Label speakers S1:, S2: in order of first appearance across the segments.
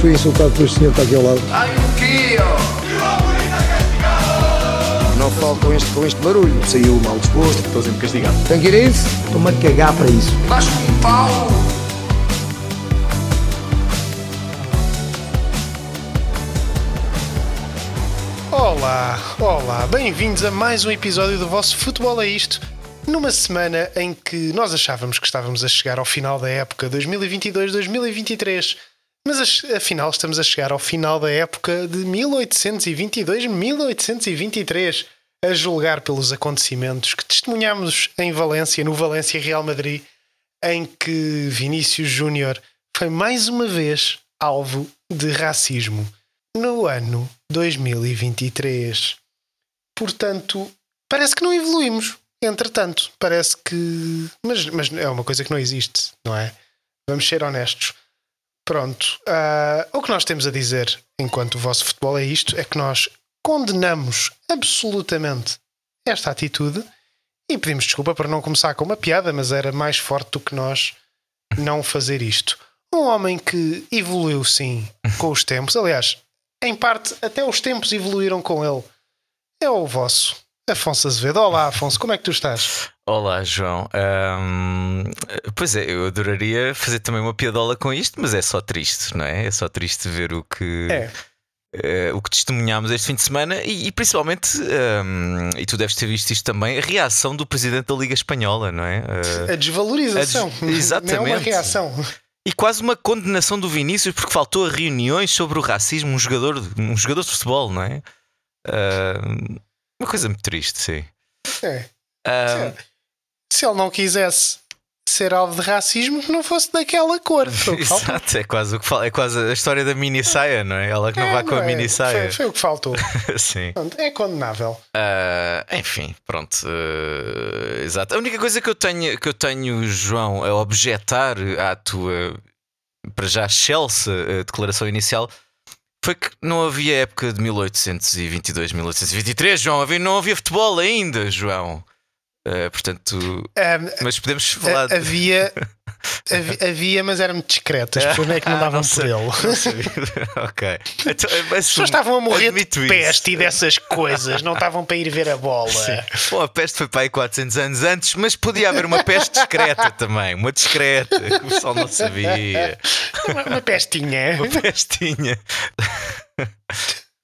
S1: Fui insultado por este senhor que está aqui ao lado.
S2: Ai, o quê, ó?
S1: Não falo com este, com este barulho. Saiu mal disposto.
S3: Estou sempre castigado.
S1: Tem que ir a isso? Estou-me a cagar para isso.
S2: Vais com um pau?
S4: Olá, olá, bem-vindos a mais um episódio do vosso Futebol é Isto. Numa semana em que nós achávamos que estávamos a chegar ao final da época 2022-2023, mas as- afinal estamos a chegar ao final da época de 1822-1823, a julgar pelos acontecimentos que testemunhámos em Valência, no Valência Real Madrid, em que Vinícius Júnior foi mais uma vez alvo de racismo no ano 2023. Portanto, parece que não evoluímos. Entretanto, parece que. Mas, mas é uma coisa que não existe, não é? Vamos ser honestos. Pronto. ah, o que nós temos a dizer enquanto o vosso futebol é isto: é que nós condenamos absolutamente esta atitude e pedimos desculpa para não começar com uma piada, mas era mais forte do que nós não fazer isto. Um homem que evoluiu, sim, com os tempos. Aliás, em parte, até os tempos evoluíram com ele. É o vosso, Afonso Azevedo. Olá, Afonso, como é que tu estás?
S3: Olá, João. Ahm, pois é, eu adoraria fazer também uma piadola com isto, mas é só triste, não é? É só triste ver o que,
S4: É,
S3: eh, o que testemunhámos este fim de semana e, e principalmente, ahm, e tu deves ter visto isto também, a reação do presidente da Liga Espanhola, não é? Eh,
S4: a desvalorização.
S3: A des- exatamente.
S4: É uma reação.
S3: E quase uma condenação do Vinícius porque faltou a reuniões sobre o racismo, um jogador, um jogador de futebol, não é? Ah, uma coisa muito triste, sim.
S4: É.
S3: Ah,
S4: Se ele não quisesse ser alvo de racismo, não fosse daquela cor. Foi o que faltou.
S3: exato, é quase, o que fala, é quase a história da mini saia, não é? Ela que não
S4: É,
S3: vai com a
S4: é?
S3: mini saia.
S4: Foi, foi o que faltou.
S3: sim.
S4: Pronto, é condenável.
S3: Ah, enfim, pronto. ah, exato. A única coisa que eu tenho, que eu tenho João, a objetar à tua, para já, Chelsea ah, declaração inicial. Foi que não havia época de 1822, 1823, João. Havia, não havia futebol ainda, João. Ah, portanto,
S4: Ahm,
S3: mas podemos falar.
S4: a- Ah, havia, havi- havia, mas era muito discreto. As pessoas não é que não
S3: Ah,
S4: davam
S3: não
S4: por
S3: sei.
S4: ele.
S3: Não sabia. ok. Então,
S4: As pessoas estavam a morrer
S3: admito
S4: de
S3: isso.
S4: peste e dessas coisas, não estavam para ir ver a bola.
S3: Bom, É. a peste foi para aí 400 anos antes, mas podia haver uma peste discreta também. Uma discreta, que o pessoal não sabia.
S4: Uma, uma pestinha.
S3: É Uma pestinha.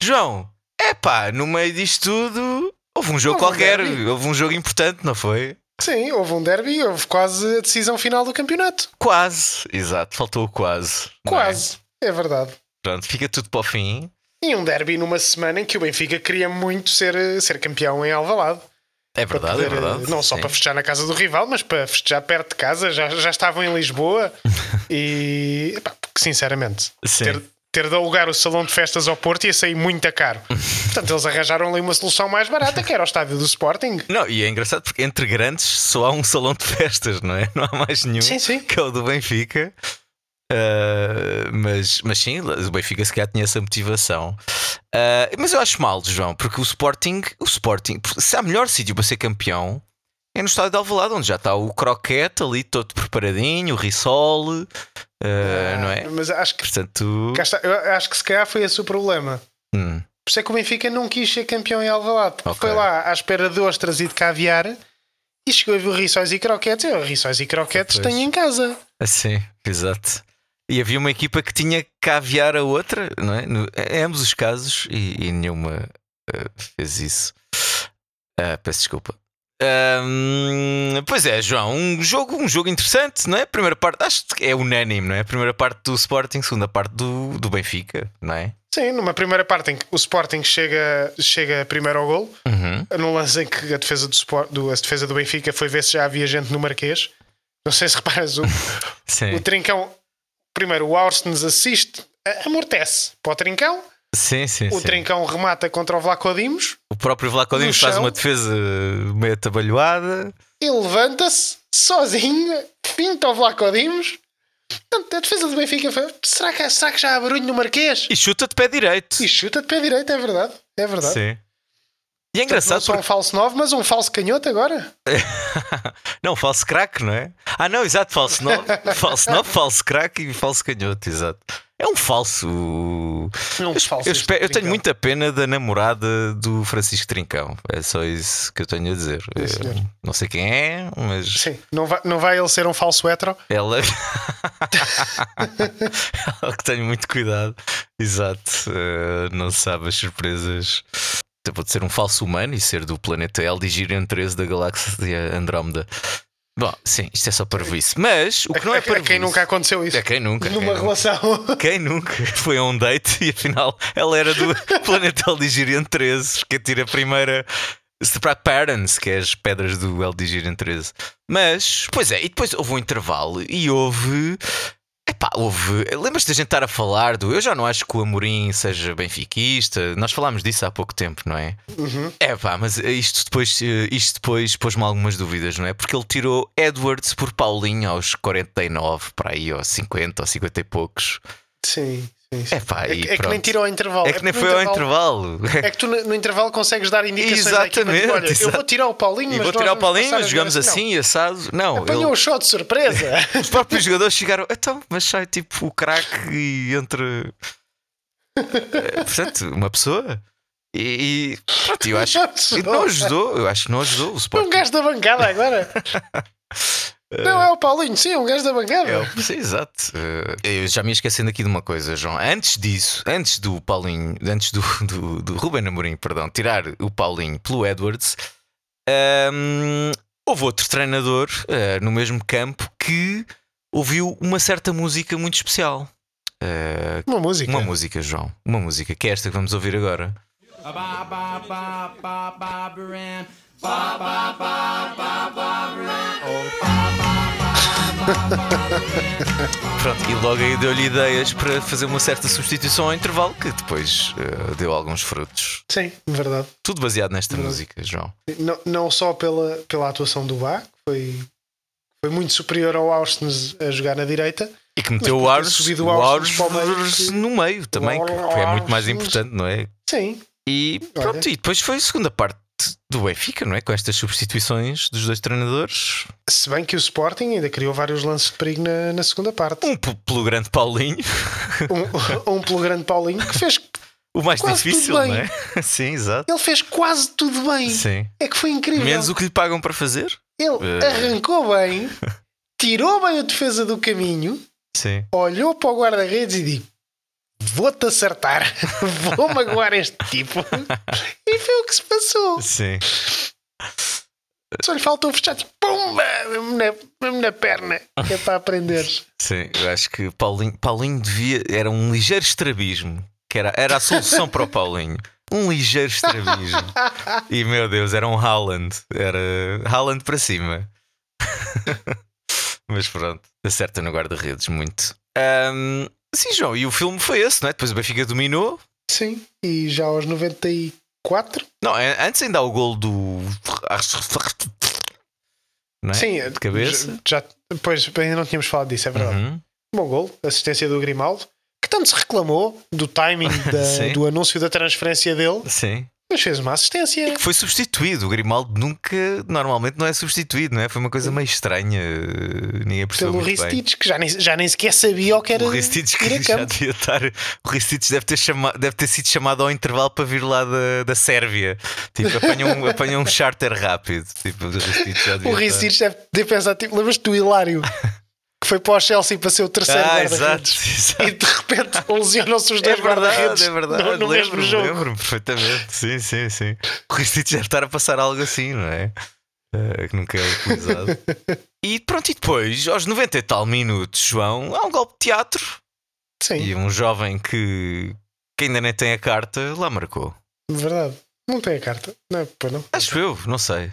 S3: João, é pá, no meio disto tudo, houve um jogo
S4: Houve um
S3: qualquer,
S4: derby.
S3: houve um jogo importante, não foi?
S4: Sim, houve um derby e houve quase a decisão final do campeonato.
S3: Quase, exato, faltou o quase. não é?
S4: Quase. É verdade.
S3: Pronto, fica tudo para o fim.
S4: E um derby numa semana em que o Benfica queria muito ser, ser campeão em Alvalade.
S3: É verdade,
S4: Poder, eh,
S3: é verdade.
S4: Não só
S3: sim.
S4: para festejar na casa do rival, mas para festejar perto de casa. Já, já estavam em Lisboa e. epá, porque, sinceramente,
S3: Sim.
S4: ter, ter de alugar o salão de festas ao Porto ia sair muito a caro. Portanto, eles arranjaram ali uma solução mais barata, que era o estádio do Sporting.
S3: Não, e é engraçado porque entre grandes só há um salão de festas, não é? Não há mais nenhum
S4: Sim, sim.
S3: que é o do Benfica. Ah, mas, mas sim, o Benfica se calhar tinha essa motivação. Ah, mas eu acho mal, João, porque o Sporting, o Sporting, se há melhor sítio para ser campeão é no estádio de Alvalade, onde já está o croquete ali todo preparadinho, o risol, ah, não é?
S4: Mas acho que,
S3: Portanto,
S4: cá está, eu acho que se calhar foi esse o problema.
S3: hum,
S4: Por isso é que o Benfica não quis ser campeão em Alvalade. porque
S3: Ok.
S4: Foi lá à espera de ostras e de caviar e chegou a ver o Rissóis e Croquetes. Eu, Rissóis e Croquetes
S3: Pois.
S4: tenho em casa.
S3: assim, exato. E havia uma equipa que tinha que caviar a outra, não é? No- em ambos os casos, e, e nenhuma ah, fez isso. Ah, peço desculpa. Ahm, pois é, João, um jogo, um jogo interessante, não é? Primeira parte, acho que é unânime, não é? Primeira parte do Sporting, segunda parte do, do Benfica, não é?
S4: Sim, numa primeira parte em que o Sporting chega, chega primeiro ao gol,
S3: Uhum.
S4: num lance em que a defesa do, Sport- do- a defesa do Benfica foi ver se já havia gente no Marquês. Não sei se reparas, o,
S3: Sim,
S4: o Trincão. Primeiro, o Orsnes assiste, a- amortece para o Trincão.
S3: sim, sim.
S4: O
S3: sim.
S4: Trincão remata contra o Vlacodimos.
S3: O próprio Vlaco Dimos
S4: No
S3: faz
S4: chão.
S3: uma defesa meio atabalhoada.
S4: Ele levanta-se sozinho, pinta o Vlacodimos. Portanto, A defesa do Benfica foi. Será que, será que já há barulho no Marquês?
S3: E chuta de pé direito.
S4: E chuta de pé direito, é verdade. É verdade.
S3: Sim. E é
S4: Não
S3: engraçado
S4: só um falso 9, mas um falso canhoto agora.
S3: Não, falso craque, não é? Ah, não, exato, falso 9, falso, nove, falso craque e falso canhoto, exato. É um falso.
S4: Não
S3: Eu,
S4: É um falso
S3: eu
S4: este
S3: espero- eu tenho
S4: brincão.
S3: muita pena da namorada do Francisco Trincão. É só isso que eu tenho a dizer.
S4: Sim,
S3: Eu
S4: senhor.
S3: não sei quem é, mas
S4: Sim, não vai, não vai ele ser um falso hétero?
S3: ela. ela que tenho muito cuidado. Exato. Eh, não sabe as surpresas. Até Pode ser um falso humano e ser do planeta Eldigirion 13 da galáxia Andrómeda. Bom, sim, isto é só parvoíce. Mas o que não
S4: A-
S3: é
S4: a- a
S3: parvoíce.
S4: quem nunca aconteceu isso?
S3: É quem nunca. quem
S4: Numa
S3: nunca.
S4: relação.
S3: Quem nunca foi a um date e afinal ela era do planeta Eldigirian 13, que atira a primeira. se Para Parents, que é as pedras do Eldigirian 13. Mas, pois é, e depois houve um intervalo e houve. Epá, houve. Lembras-te da gente estar a falar do. Eu já não acho que o Amorim seja benfiquista. Nós falámos disso há pouco tempo, não é? É pá, mas isto depois, eh, isto depois pôs-me algumas dúvidas, não é? Porque ele tirou Edwards por Paulinho aos 49, para aí, ou 50, ou 50 e poucos.
S4: Sim, sim. sim.
S3: É pá,
S4: É,
S3: e
S4: que- é que
S3: pronto.
S4: nem tirou ao intervalo.
S3: É que nem
S4: porque
S3: foi
S4: no
S3: ao intervalo.
S4: É que tu no, no intervalo consegues dar indicações à equipa, tipo,
S3: Exatamente,
S4: olha, eu vou
S3: exato.
S4: tirar o Paulinho,
S3: E
S4: mas
S3: vou
S4: nós
S3: tirar o
S4: vamos
S3: Paulinho,
S4: passar
S3: jogamos
S4: agora-
S3: assim, assado. Não,
S4: Não, apanhou
S3: ele-
S4: o shot de surpresa.
S3: os próprios jogadores chegaram. Então, mas sai tipo o craque e entre. Eh, Portanto, uma pessoa. E, e pronto, eu acho que não ajudou. Eu acho que não ajudou o
S4: É um
S3: Sporting.
S4: gajo da bancada agora. não, é o Paulinho, sim, é um gajo da bancada.
S3: É, o- sim, exato. Eh, Eu já me ia esquecendo aqui de uma coisa, João. Antes disso, antes do Paulinho, antes do, do, do Ruben Amorim, perdão, tirar o Paulinho pelo Edwards, ahm, houve outro treinador eh, no mesmo campo que ouviu uma certa música muito especial. Eh,
S4: Uma música.
S3: uma música, João. Uma música, que é esta que vamos ouvir agora. Pronto, e logo aí deu-lhe ideias para fazer uma certa substituição ao intervalo que depois eh, deu alguns frutos.
S4: Sim, verdade.
S3: Tudo baseado nesta
S4: Uhum.
S3: música, João.
S4: Não, não só pela, pela atuação do Bá, que foi, foi muito superior ao Austin a jogar na direita.
S3: E que meteu o
S4: por ter
S3: Aros,
S4: subido o
S3: o
S4: Aures
S3: Aures
S4: para o meio, que-
S3: no meio também, que é muito mais importante, não é?
S4: Sim,
S3: E
S4: Olha.
S3: pronto, e depois foi a segunda parte do Benfica, não é? Com estas substituições dos dois treinadores.
S4: se bem que o Sporting ainda criou vários lances de perigo na, na segunda parte.
S3: Um p- pelo grande Paulinho,
S4: Um, um pelo grande Paulinho que fez.
S3: o mais
S4: Quase tudo
S3: difícil,
S4: bem.
S3: não é? Sim, exato.
S4: Ele fez quase tudo bem.
S3: Sim.
S4: É que foi incrível.
S3: Menos o que lhe pagam para fazer.
S4: Ele
S3: Eh.
S4: arrancou bem, tirou bem a defesa do caminho,
S3: Sim.
S4: olhou para o guarda-redes e disse: Vou-te acertar, vou magoar este tipo. E foi o que se passou.
S3: Sim.
S4: Só lhe faltou fechar, tipo, pumba, mesmo na, mesmo na perna, que é para aprenderes.
S3: Sim, eu acho que Paulinho, Paulinho devia. Era um ligeiro estrabismo. Que era, era a solução para o Paulinho. Um ligeiro estrabismo. E meu Deus, era um Haaland. Era Haaland para cima. Mas pronto, acerta no guarda-redes muito. Ahm, sim, João, e o filme foi esse, não é? Depois o Benfica dominou.
S4: Sim, e já aos 94.
S3: Não, a- antes ainda há o gol do. Não é?
S4: Sim,
S3: de cabeça.
S4: Já, já- pois ainda não tínhamos falado disso, é verdade.
S3: Uhum.
S4: Bom gol, assistência do Grimaldo, que tanto se reclamou do timing da-
S3: Sim.
S4: do anúncio da transferência dele,
S3: Sim.
S4: mas fez uma assistência.
S3: que foi substituído. O Grimaldo nunca, normalmente, não é substituído, não é? Foi uma coisa meio estranha. eh, Ninguém percebeu
S4: pelo
S3: muito bem.
S4: Ristich, que já nem, já nem sequer sabia o que era
S3: O Ristites
S4: ir
S3: que
S4: a
S3: já
S4: campo.
S3: devia estar. O Ristites deve ter, chama, deve ter sido chamado ao intervalo para vir lá da, da Sérvia. Tipo, apanha um, apanha um charter rápido. Tipo, o Ristites já devia
S4: O
S3: estar-
S4: Ristich deve ter pensado, tipo, lembras-te do Hilário, que foi para o Chelsea para ser o terceiro
S3: Ah, exato,
S4: guarda-redes. E
S3: exato.
S4: de repente lesionam-se os
S3: É
S4: dois
S3: verdade,
S4: guarda-redes
S3: é verdade.
S4: no, no mesmo
S3: lembro-me,
S4: jogo.
S3: lembro-me perfeitamente. Sim, sim, sim. O Ristites deve estar a passar algo assim, não é? Eh, que nunca é utilizado. E pronto, e depois, aos 90 e tal minutos, João, há um golpe de teatro
S4: Sim,
S3: e um jovem que, que ainda nem tem a carta lá marcou.
S4: verdade. Não tem a carta. Não, pô, não.
S3: Acho eu, não sei.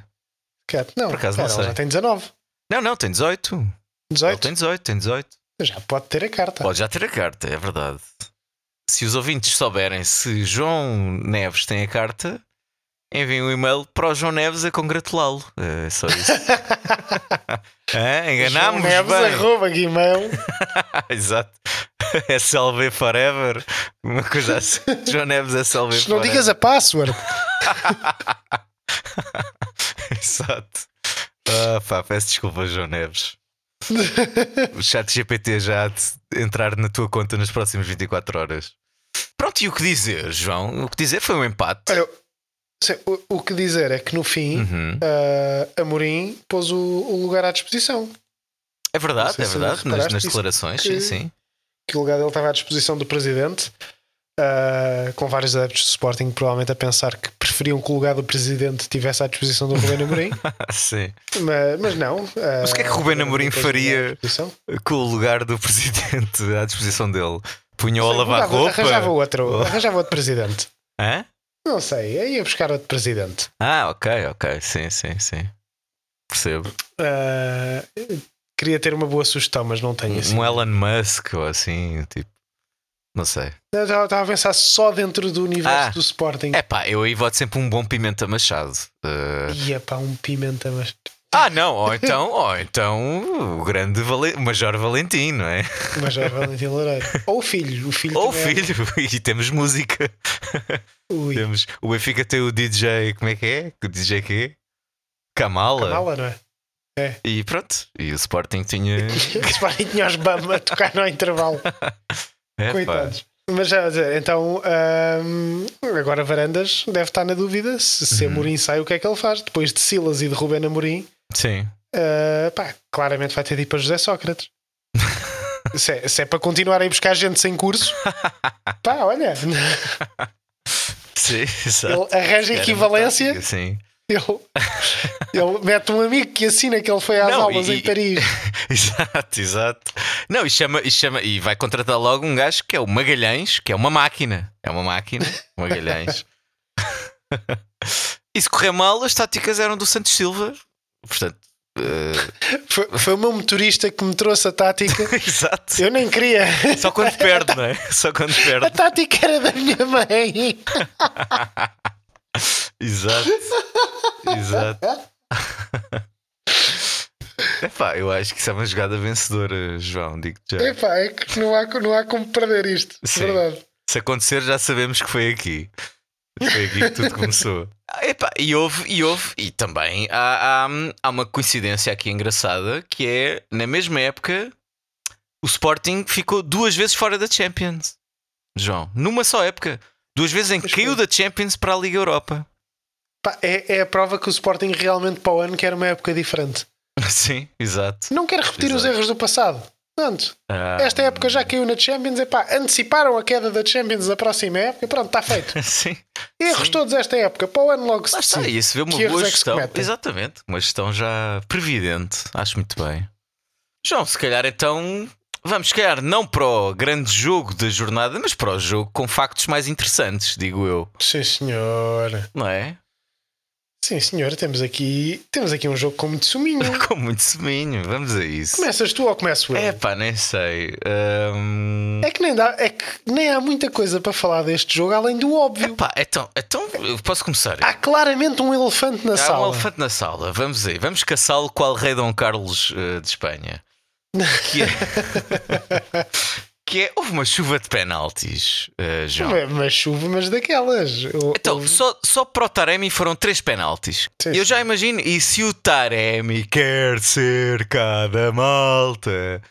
S4: Cat, não.
S3: Por acaso não
S4: Espera,
S3: sei.
S4: ela já tem 19,
S3: Não, não, tem 18. Ele
S4: 18.
S3: tem 18, tem 18.
S4: Já pode ter a carta.
S3: Pode já ter a carta, é verdade. Se os ouvintes souberem se João Neves tem a carta, enviem um e-mail para o João Neves a congratulá-lo. É só isso. Hã? Enganámos
S4: João Neves,
S3: bem.
S4: arroba Guimel.
S3: Exato. SLV Forever. Uma coisa assim. João Neves SLV
S4: Não
S3: Forever.
S4: digas a password.
S3: Exato. Ah, pá, peço desculpa, João Neves. O chat GPT já há de entrar na tua conta nas próximas 24 horas. Pronto, e o que dizer, João? O que dizer foi um empate.
S4: Olha, se- o- o que dizer é que no fim
S3: Uhum.
S4: ah, Amorim pôs o, o lugar à disposição.
S3: É verdade,
S4: Não sei
S3: é
S4: se
S3: verdade. Nas,
S4: reparaste
S3: nas
S4: isso,
S3: declarações,
S4: que-
S3: sim, sim.
S4: Que o lugar dele estava à disposição do presidente, ah, com vários adeptos do Sporting provavelmente a pensar que preferiam que o lugar do presidente estivesse à disposição do Rubén Amorim,
S3: Ah, sim.
S4: mas, mas não. ah,
S3: Mas o que é que Rubén Amorim
S4: pôs o lugar à
S3: faria?
S4: disposição.
S3: Com o lugar do presidente à disposição dele. Punhou a
S4: Sei,
S3: lavar
S4: mudava, Arranjava
S3: roupa.
S4: outro,
S3: Oh.
S4: arranjava outro presidente.
S3: Hã?
S4: Não sei, aí ia buscar outro presidente.
S3: Ah, ok, ok. Sim, sim, sim. Percebo.
S4: Ah, queria ter uma boa sugestão, mas não tenho assim.
S3: Um Elon Musk ou assim, tipo. Não sei.
S4: Eu Estava estava a pensar só dentro do universo
S3: Ah.
S4: do Sporting.
S3: É pá, eu aí voto sempre um bom pimenta machado. Eh,
S4: Ia pá, um pimenta, mas.
S3: Ah, não, ou então, ou então o grande Valen- Major Valentim, não é?
S4: Mas já Valentim Loureiro. Ou o filho. O filho
S3: Ou o
S4: também é-
S3: filho, e temos música.
S4: Ui,
S3: Temos, o Benfica tem o DJ, como é que é? O DJ quê? Kamala.
S4: Kamala, não é?
S3: E pronto, e o Sporting tinha.
S4: O Sporting tinha os Bama a tocar no intervalo.
S3: É, pá.
S4: Coitados. Mas já, já, então, ahm, agora Varandas deve estar na dúvida se,
S3: Uhum.
S4: se Amorim sai, o que é que ele faz? Depois de Silas e de Rubén Amorim,
S3: Sim.
S4: ah, pá, claramente vai ter de ir para José Sócrates. se, é, se é para continuar a ir buscar gente sem curso, pá, olha,
S3: Sim, exato.
S4: ele arranja
S3: Era
S4: equivalência,
S3: uma tática, Sim.
S4: ele, ele mete um amigo que assina que ele foi às
S3: Não,
S4: aulas
S3: e-
S4: em Paris.
S3: Exato, exato. Não, e chama, e chama, e vai contratar logo um gajo que é o Magalhães, que é uma máquina. É uma máquina, o Magalhães. e se correr mal, as táticas eram do Santos Silva. Portanto, eh,
S4: Foi, foi o meu motorista que me trouxe a tática.
S3: exato.
S4: Eu nem queria.
S3: Só quando perde, não é? Só quando
S4: A
S3: perde.
S4: tática era da minha mãe.
S3: Exato. Exato. Epá, eu acho que isso é uma jogada vencedora, João. Digo-te já.
S4: Epá, é que não há, não há como perder isto.
S3: Sim.
S4: Verdade.
S3: Se acontecer, já sabemos que foi aqui. Foi aqui que tudo começou. Ah, Epá, e houve, e houve, e também há, há, há uma coincidência aqui engraçada que é na mesma época o Sporting ficou duas vezes fora da Champions, João, numa só época, duas vezes em que
S4: Pois
S3: caiu da Champions para a Liga Europa.
S4: Pá, é, é a prova que o Sporting realmente para o ano quer uma época diferente.
S3: Sim, exato.
S4: Não quer repetir os
S3: Exato.
S4: erros do passado. Portanto,
S3: Ah,
S4: esta época já caiu na Champions. Epá, anteciparam a queda da Champions da próxima época. Pronto, está feito.
S3: Ah, Sim.
S4: Erros
S3: Sim.
S4: todos esta época. Para o ano logo se
S3: Lá está,
S4: decide.
S3: e se vê uma
S4: Que erros
S3: boa
S4: é que se
S3: gestão.
S4: cometem?
S3: Exatamente, uma gestão já previdente. Acho muito bem. João, se calhar então vamos, se calhar, não para o grande jogo da jornada, mas para o jogo com factos mais interessantes, digo eu,
S4: Sim, senhor.
S3: não é?
S4: Sim, senhor. Temos aqui, temos aqui um jogo com muito suminho.
S3: Com muito seminho, vamos a isso.
S4: Começas tu ou começo eu?
S3: É pá, nem sei. Hum,
S4: É que nem dá, é que nem há muita coisa para falar deste jogo além do óbvio.
S3: Epá, então, então eu posso começar.
S4: Há claramente um elefante na
S3: Há um
S4: sala.
S3: elefante na sala, vamos aí, vamos caçá-lo qual rei Dom Carlos eh, de Espanha. Que é... que é- Houve uma chuva de penaltis, eh, João.
S4: Uma- Uma chuva, mas daquelas. O-
S3: Então,
S4: o-
S3: só, só para o Taremi foram três penaltis.
S4: Sim,
S3: Eu
S4: sim.
S3: já imagino, e se o Taremi quer ser cada malta,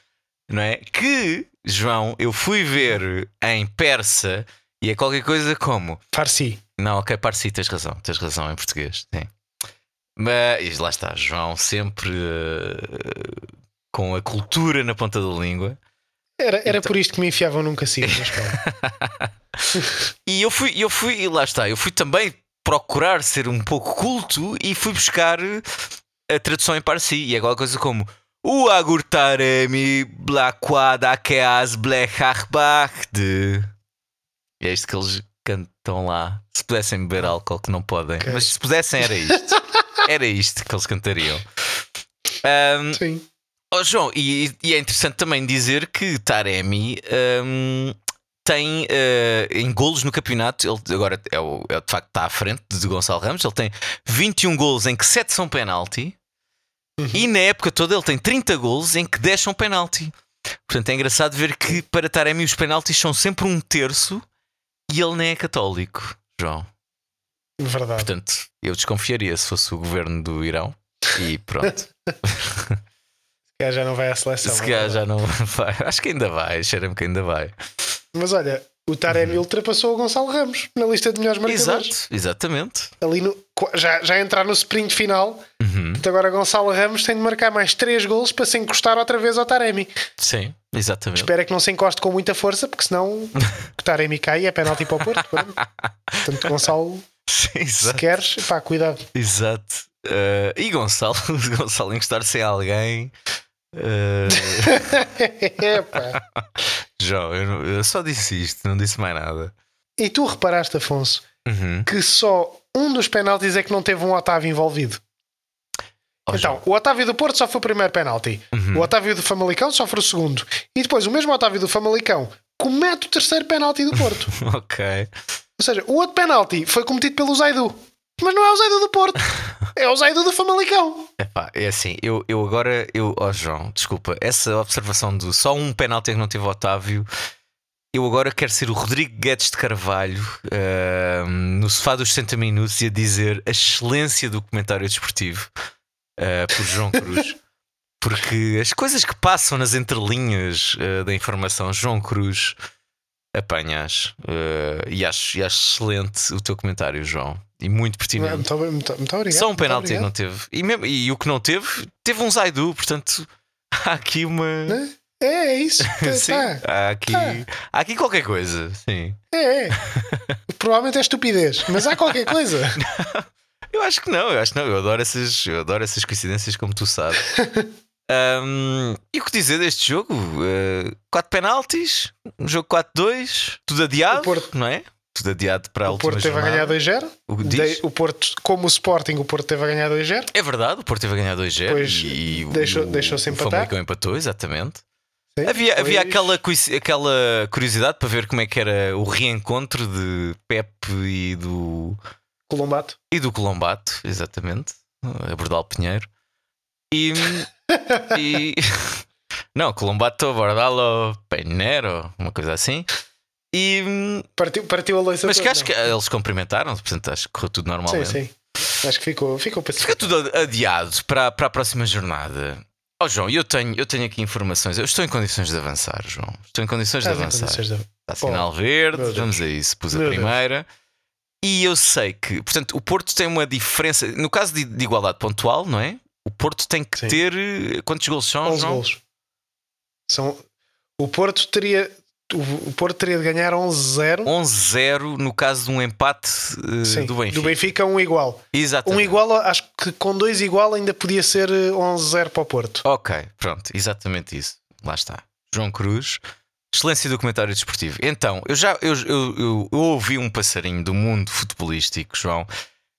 S3: não é? Que, João, eu fui ver em persa e é qualquer coisa como
S4: Farsi.
S3: não, ok, Parsi, tens razão, tens razão em português, sim. Mas lá está, João, sempre eh, com a cultura na ponta da língua.
S4: Era,
S3: Então.
S4: era por isto que me enfiavam num cacique na escola.
S3: E eu fui, eu fui, e lá está, eu fui também procurar ser um pouco culto e fui buscar eh, a tradução em Parsi. E é alguma coisa como O é Agurtaremi Blaquada Keas Blechachbachde. E é isto que eles cantam lá. Se pudessem beber álcool, que não podem.
S4: Ok.
S3: Mas se pudessem, era isto. Era isto que eles cantariam. Ahm,
S4: Sim.
S3: Ó Oh, João, e, e é interessante também dizer que Taremi hum, tem eh, em golos no campeonato, ele agora é, o, é o- de facto está à frente de Gonçalo Ramos, ele tem 21 golos em que 7 são penalti e na época toda ele tem 30 golos em que 10 são penalti. Portanto é engraçado ver que para Taremi os penaltis são sempre um terço e ele nem é católico, João.
S4: Verdade.
S3: Portanto, eu desconfiaria se fosse o governo do Irão. E pronto.
S4: calhar já não vai à seleção.
S3: Se
S4: não é
S3: calhar já
S4: verdade?
S3: não vai. Acho que ainda vai, cheira-me que ainda vai.
S4: Mas olha, o Taremi ultrapassou o Gonçalo Ramos na lista de melhores marcadores.
S3: Uhum. Exato, exatamente.
S4: Ali no, já, já entrar no sprint final.
S3: Uhum,
S4: Portanto, agora Gonçalo Ramos tem de marcar mais 3 golos para se encostar outra vez ao Taremi.
S3: Sim, exatamente.
S4: Espera que não se encoste com muita força, porque senão o Taremi cai e é penalti para o Porto. pronto. Portanto, Gonçalo,
S3: Sim,
S4: se
S3: exato.
S4: queres, pá, cuidado.
S3: exato. Eh, e Gonçalo, Gonçalo encostar-se a alguém. eh,
S4: É, Epá.
S3: João, eu, não- eu só disse isto, não disse mais nada.
S4: E tu reparaste, Afonso,
S3: Uhum.
S4: que só um dos penaltis é que não teve um Otávio envolvido.
S3: Ó,
S4: Então,
S3: Oh, João. Uhum.
S4: o Otávio do Porto só foi o primeiro penalti. O Otávio do Famalicão só foi o segundo. E depois, o mesmo Otávio do Famalicão comete o terceiro penalti do Porto.
S3: ok.
S4: Ou seja, o outro penalti foi cometido pelo Zaidu. Mas não é o Zaidu do Porto. É o Zaidu do Famalicão.
S3: Epá, é assim, eu, eu agora, eu, ó João, desculpa, essa observação do só um penalti é que não teve o Otávio, eu agora quero ser o Rodrigo Guedes de Carvalho ahm, no sofá dos 60 minutos e a dizer a excelência do comentário desportivo ah, por João Cruz. Porque as coisas que passam nas entrelinhas ah, da informação, João Cruz, apanhas. ah, e, acho, e acho excelente o teu comentário, João. E muito pertinente.
S4: Muito, muito- muito obrigado.
S3: Só um
S4: muito
S3: penalti
S4: obrigado.
S3: não teve. E, mesmo- e o que não teve, teve um Zaidu, portanto, há aqui uma.
S4: É, é isso.
S3: Sim,
S4: Tá, tá.
S3: há, aqui,
S4: tá.
S3: há aqui qualquer coisa. Sim.
S4: É, é. Provavelmente é estupidez, mas há qualquer coisa.
S3: Eu acho que não, eu acho que não. Eu adoro essas, eu adoro essas coincidências, como tu sabes. Ahm, e o que dizer deste jogo? Eh, quatro penaltis, um jogo 4-2, tudo adiado,
S4: O Porto-
S3: não é? Tudo adiado para a
S4: O
S3: última
S4: Porto teve a
S3: jornada.
S4: ganhar 2-0.
S3: O que diz?
S4: Dei- O Porto, como o Sporting, o Porto teve a ganhar 2-0.
S3: É verdade, o Porto teve a ganhar 2-0
S4: Pois,
S3: e o-
S4: deixou- deixou-se
S3: o
S4: empatar.
S3: Famalicão empatou, exatamente.
S4: Sim,
S3: Havia, havia
S4: pois.
S3: aquela, coici- aquela curiosidade para ver como é que era o reencontro de Pepe e do,
S4: Colombato.
S3: e do Colombato, exatamente, a Bordal Pinheiro. E. e- não, Colombato Bordalo Pinheiro, uma coisa assim. E,
S4: Partiu, partiu a loiça.
S3: mas que
S4: toda.
S3: acho que eles cumprimentaram, portanto acho que correu tudo
S4: Sim,
S3: normalmente.
S4: sim. Acho que ficou, ficou
S3: Fica
S4: pacífico.
S3: tudo adiado para, para a próxima jornada. Ó João, eu tenho, eu tenho aqui informações. Eu estou em condições de avançar, João. Estou em condições de
S4: Estás em
S3: avançar.
S4: condições de-
S3: Está sinal verde,
S4: meu Deus.
S3: vamos a isso. Pus a
S4: Meu Deus.
S3: primeira. E eu sei que, portanto, o Porto tem uma diferença. No caso de, de igualdade pontual, não é? O Porto tem que
S4: Sim.
S3: ter. eh, Quantos gols são?
S4: 11
S3: João?
S4: golos. São, o, Porto teria, o Porto teria de ganhar 11-0.
S3: 11-0 no caso de um empate eh,
S4: Sim,
S3: do Benfica.
S4: do Benfica, um igual. Um
S3: Exatamente.
S4: igual, acho que com dois igual ainda podia ser eh, 11-0 para o Porto.
S3: Ok, pronto, exatamente isso. Lá está. João Cruz, excelência do comentário desportivo. Então, eu já eu, eu- eu- eu ouvi um passarinho do mundo futebolístico, João,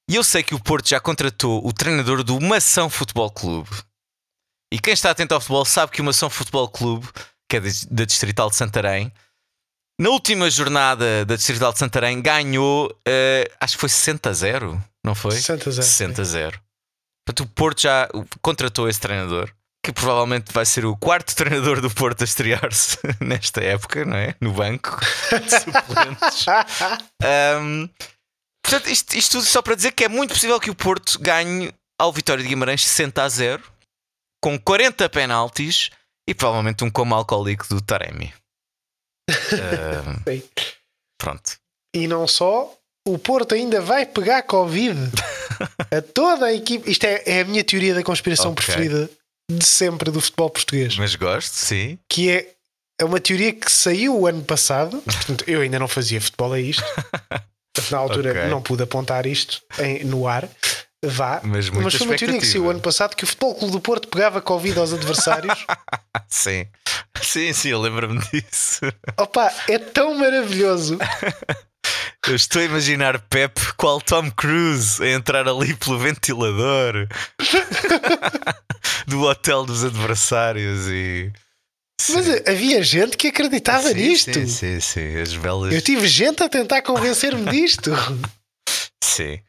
S3: e eu sei que o Porto já contratou o treinador do Mação Futebol Clube. E quem está atento ao futebol sabe que o Mação Futebol Clube, que é de- da Distrital de Santarém, na última jornada da Distrital de Santarém ganhou, eh, acho que foi 60 a 0, não foi?
S4: 60 0.
S3: 60 a 0. Portanto, o Porto já contratou esse treinador, que provavelmente vai ser o quarto treinador do Porto a estrear-se nesta época, não é? No banco de suplentes. Ahm, portanto, isto, isto tudo só para dizer que é muito possível que o Porto ganhe ao Vitória de Guimarães 60 a 0, com 40 penaltis e provavelmente um coma alcoólico do Taremi. Ahm,
S4: Sim.
S3: pronto.
S4: E não só, o Porto ainda vai pegar Covid a toda a equipe. Isto é, é a minha teoria da conspiração
S3: Ok.
S4: preferida de sempre do futebol português.
S3: Mas gosto, sim.
S4: Que é, é uma teoria que saiu o ano passado. Portanto, eu ainda não fazia futebol a isto. Portanto, Na altura
S3: Ok.
S4: não pude apontar isto em- no ar. Vá.
S3: Mas muita
S4: foi uma teoria que saiu
S3: expectativa.
S4: o ano passado que o Futebol Clube do Porto pegava Covid aos adversários.
S3: Sim, sim, sim, eu lembro-me disso.
S4: Opa, é tão maravilhoso.
S3: Eu estou a imaginar Pep qual Tom Cruise a entrar ali pelo ventilador do hotel dos adversários e.
S4: Mas
S3: Sim.
S4: havia gente que acreditava
S3: Sim,
S4: nisto.
S3: Sim, sim, sim, as belas.
S4: Eu tive gente a tentar convencer-me disto.
S3: Sim.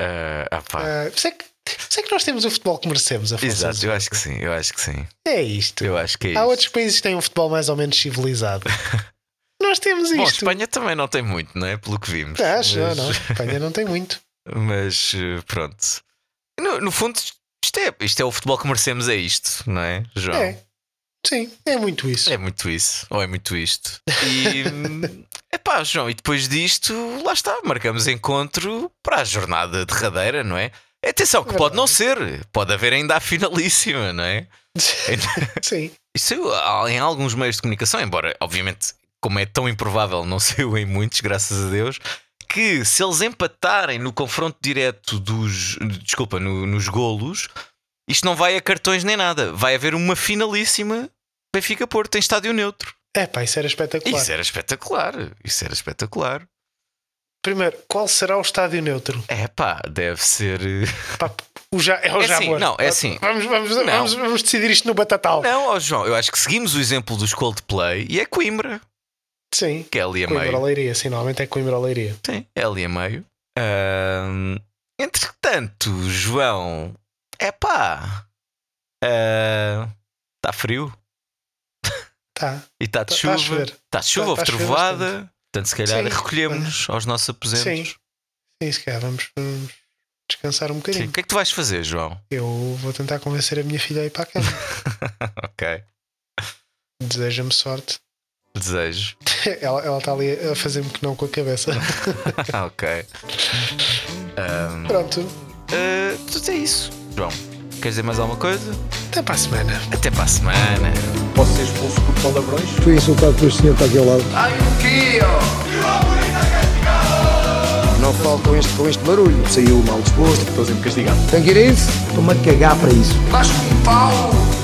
S3: Ah, ah, pá.
S4: Ah, por, isso é que, por isso é que nós temos o futebol que merecemos, Afonso.
S3: Exato, eu acho que sim, eu acho que sim.
S4: É isto.
S3: Eu acho que é
S4: Há
S3: isso.
S4: outros países que têm um futebol mais ou menos civilizado. nós temos
S3: Bom, a
S4: isto. Ah,
S3: Espanha também não tem muito, não é? Pelo que vimos.
S4: Não, acho, não,
S3: Mas-
S4: não. Espanha não tem muito.
S3: Mas eh, pronto. No, no fundo, Isto é, isto é o futebol que merecemos, é isto, não é, João?
S4: É. Sim, é muito isso.
S3: É muito isso, ou é muito isto. E epá, João, e depois disto, lá está, marcamos encontro para a jornada derradeira, não é? Atenção, que pode não ser, pode haver ainda a finalíssima, não é?
S4: Sim.
S3: Isso há em alguns meios de comunicação, embora, obviamente, como é tão improvável, não saiu em muitos, graças a Deus, que se eles empatarem no confronto direto dos. Desculpa, no- nos golos, isto não vai a cartões nem nada. Vai haver uma finalíssima Benfica Porto em estádio neutro.
S4: É pá, isso era espetacular.
S3: Isso é. era espetacular. Isso era espetacular.
S4: Primeiro, qual será o estádio neutro?
S3: É pá, deve ser. eh,
S4: Pá, o ja, é o
S3: É
S4: já
S3: assim,
S4: amor.
S3: não, é assim.
S4: Vamos, vamos,
S3: Não.
S4: Vamos, vamos decidir isto no Batatal.
S3: Não, ó João, eu acho que seguimos o exemplo dos Coldplay e é Coimbra,
S4: Sim.
S3: que é ali a meio.
S4: Coimbra Leiria, sim, normalmente é Coimbra Leiria.
S3: Sim, é ali a meio. Ahm, entretanto, João, é pá, está frio
S4: Tá.
S3: e está de
S4: Tá- tá a
S3: chuva.
S4: chover.
S3: Está de chuva,
S4: Tá-
S3: houve
S4: tá a chover
S3: trovada. Portanto, se calhar
S4: Sim.
S3: recolhemos-nos aos nossos aposentos.
S4: Sim. É isso, cara. Vamos, vamos descansar um
S3: Sim.
S4: bocadinho.
S3: O que é que tu vais fazer, João?
S4: Eu vou tentar convencer a minha filha a ir para a cama.
S3: ok,
S4: Deseja-me sorte.
S3: desejo.
S4: Ela, ela está ali a fazer-me que não com a cabeça.
S3: ok. Ahm,
S4: Pronto.
S3: ah, tudo é isso, João. Queres dizer mais alguma coisa?
S4: Até para a semana.
S3: Até para a semana.
S1: Posso ser expulso por palavrões? Fui insultado por este senhor que está aqui ao lado.
S2: Hay un tío.
S1: Não falo com este, com este barulho. Saiu mal disposto. Estou sempre castigado. Tem que ir a isso? Estou-me a cagar para isso.
S2: Vasco um pau.